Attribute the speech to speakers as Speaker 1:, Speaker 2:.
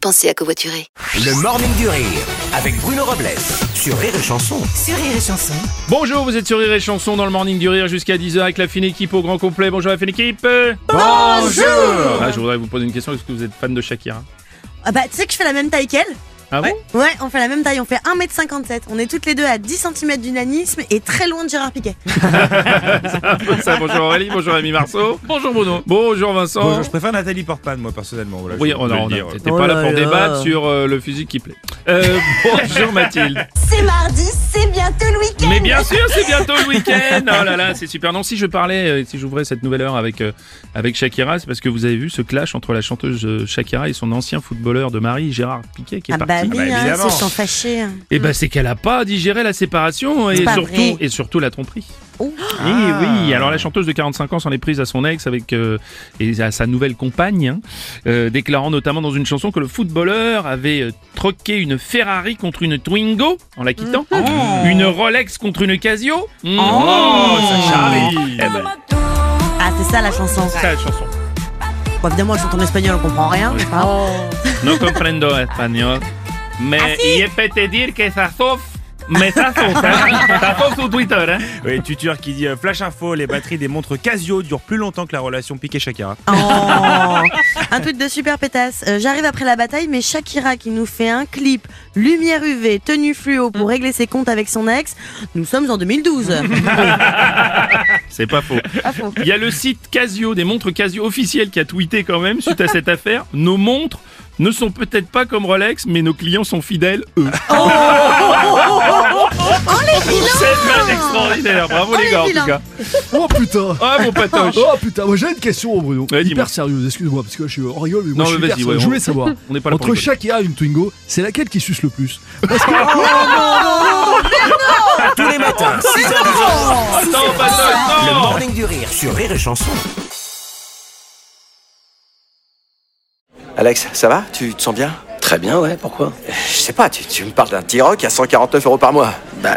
Speaker 1: Pensez à covoiturer.
Speaker 2: Le Morning du Rire avec Bruno Robles sur Rire et Chanson.
Speaker 3: Bonjour, vous êtes sur Rire et Chanson dans le Morning du Rire jusqu'à 10h avec la fine équipe au grand complet. Bonjour la fine équipe Bonjour ah, Je voudrais vous poser une question, est-ce que vous êtes fan de Shakira
Speaker 4: Ah bah tu sais que je fais la même taille qu'elle
Speaker 3: Ah bon
Speaker 4: Ouais, on fait la même taille, on fait 1m57. On est toutes les deux à 10 cm d'unanisme et très loin de Gérard Piquet.
Speaker 3: Ça, Bonjour Aurélie, bonjour Rémi Marceau. Bonjour Bruno. Bonjour Vincent.
Speaker 5: Bonjour, je préfère Nathalie Portman, moi, personnellement. Voilà,
Speaker 3: Oh. Oui,
Speaker 5: je
Speaker 3: on
Speaker 5: peux le
Speaker 3: on a-
Speaker 5: dire.
Speaker 3: t'étais pas Oh là pour débattre sur euh, le physique qui plaît. Euh, bonjour Mathilde.
Speaker 6: C'est mardi, c'est bientôt le week-end.
Speaker 3: Mais bien sûr, c'est bientôt le week-end. Oh là là, c'est super. Non, si je parlais, euh, si j'ouvrais cette nouvelle heure avec euh, avec Shakira, c'est parce que vous avez vu ce clash entre la chanteuse euh, Shakira et son ancien footballeur de Marie, Gérard Piquet, qui est
Speaker 4: Ah bah
Speaker 3: parti.
Speaker 4: oui,
Speaker 5: bah,
Speaker 4: hein,
Speaker 5: évidemment.
Speaker 4: c'est sans fâcher. hein.
Speaker 3: Et ben c'est qu'elle a pas digéré la séparation et
Speaker 4: C'est pas
Speaker 3: surtout
Speaker 4: vrai.
Speaker 3: et surtout la tromperie.
Speaker 4: Oh.
Speaker 3: Et oui, alors la chanteuse de 45 ans s'en est prise à son ex avec euh, et à sa nouvelle compagne, hein, euh, déclarant notamment dans une chanson que le footballeur avait euh, troqué une Ferrari contre une Twingo en la quittant,
Speaker 4: Mm-hmm.
Speaker 3: Oh. une Rolex contre une Casio. Oh, ça charrie. Eh ben,
Speaker 4: Ah, c'est ça la chanson.
Speaker 3: ça, la chanson.
Speaker 4: Bon, évidemment, elle chante en espagnol, on comprend rien. Oh. c'est pas grave.
Speaker 3: No comprendo espagnol. Mais
Speaker 4: Ah,
Speaker 3: je peux te dire que ça sauve. Mais ça sauve, hein. Ça sauve sur Twitter, hein.
Speaker 5: Oui, tuteur qui dit euh, Flash info, les batteries des montres Casio durent plus longtemps que la relation Piquet-Shakira.
Speaker 4: Oh. Un tweet de super pétasse. Euh, J'arrive après la bataille, mais Shakira qui nous fait un clip lumière UV, tenue fluo
Speaker 3: Hum.
Speaker 4: pour régler ses comptes avec son ex. Nous sommes en 2012.
Speaker 3: C'est pas faux.
Speaker 4: Pas faux.
Speaker 3: Il y a le site Casio, des montres Casio officielles qui a tweeté quand même suite à cette affaire. Nos montres ne sont peut-être pas comme Rolex, mais nos clients sont fidèles, eux.
Speaker 4: Oh.
Speaker 3: C'est mal extraordinaire. Bravo
Speaker 4: Oh,
Speaker 3: les
Speaker 4: les
Speaker 3: gars, en
Speaker 4: vilains.
Speaker 3: tout cas.
Speaker 7: Oh putain
Speaker 3: Ah mon patoche.
Speaker 7: Oh putain, moi j'ai une question Bruno.
Speaker 3: Ouais, dis-moi.
Speaker 7: hyper sérieuse, excuse-moi parce que je suis on rigole mais moi
Speaker 3: Non,
Speaker 7: je
Speaker 3: mais vas-y,
Speaker 7: suis hyper sérieux.
Speaker 3: ouais,
Speaker 7: je
Speaker 3: on-
Speaker 7: voulais savoir.
Speaker 3: on n'est pas là pour
Speaker 7: Entre
Speaker 3: rigoler.
Speaker 7: Shakira et une Twingo, c'est laquelle qui suce le plus
Speaker 2: Tous les matins, 6h10.
Speaker 3: Non, patoche,
Speaker 2: Le
Speaker 3: non
Speaker 2: Morning du Rire sur Rire et Chanson.
Speaker 8: Alex, ça va Tu te sens bien
Speaker 9: Très bien, ouais, pourquoi
Speaker 8: Euh, Je sais pas, tu, tu me parles d'un T-Rock à 149 euros par mois.
Speaker 9: Bah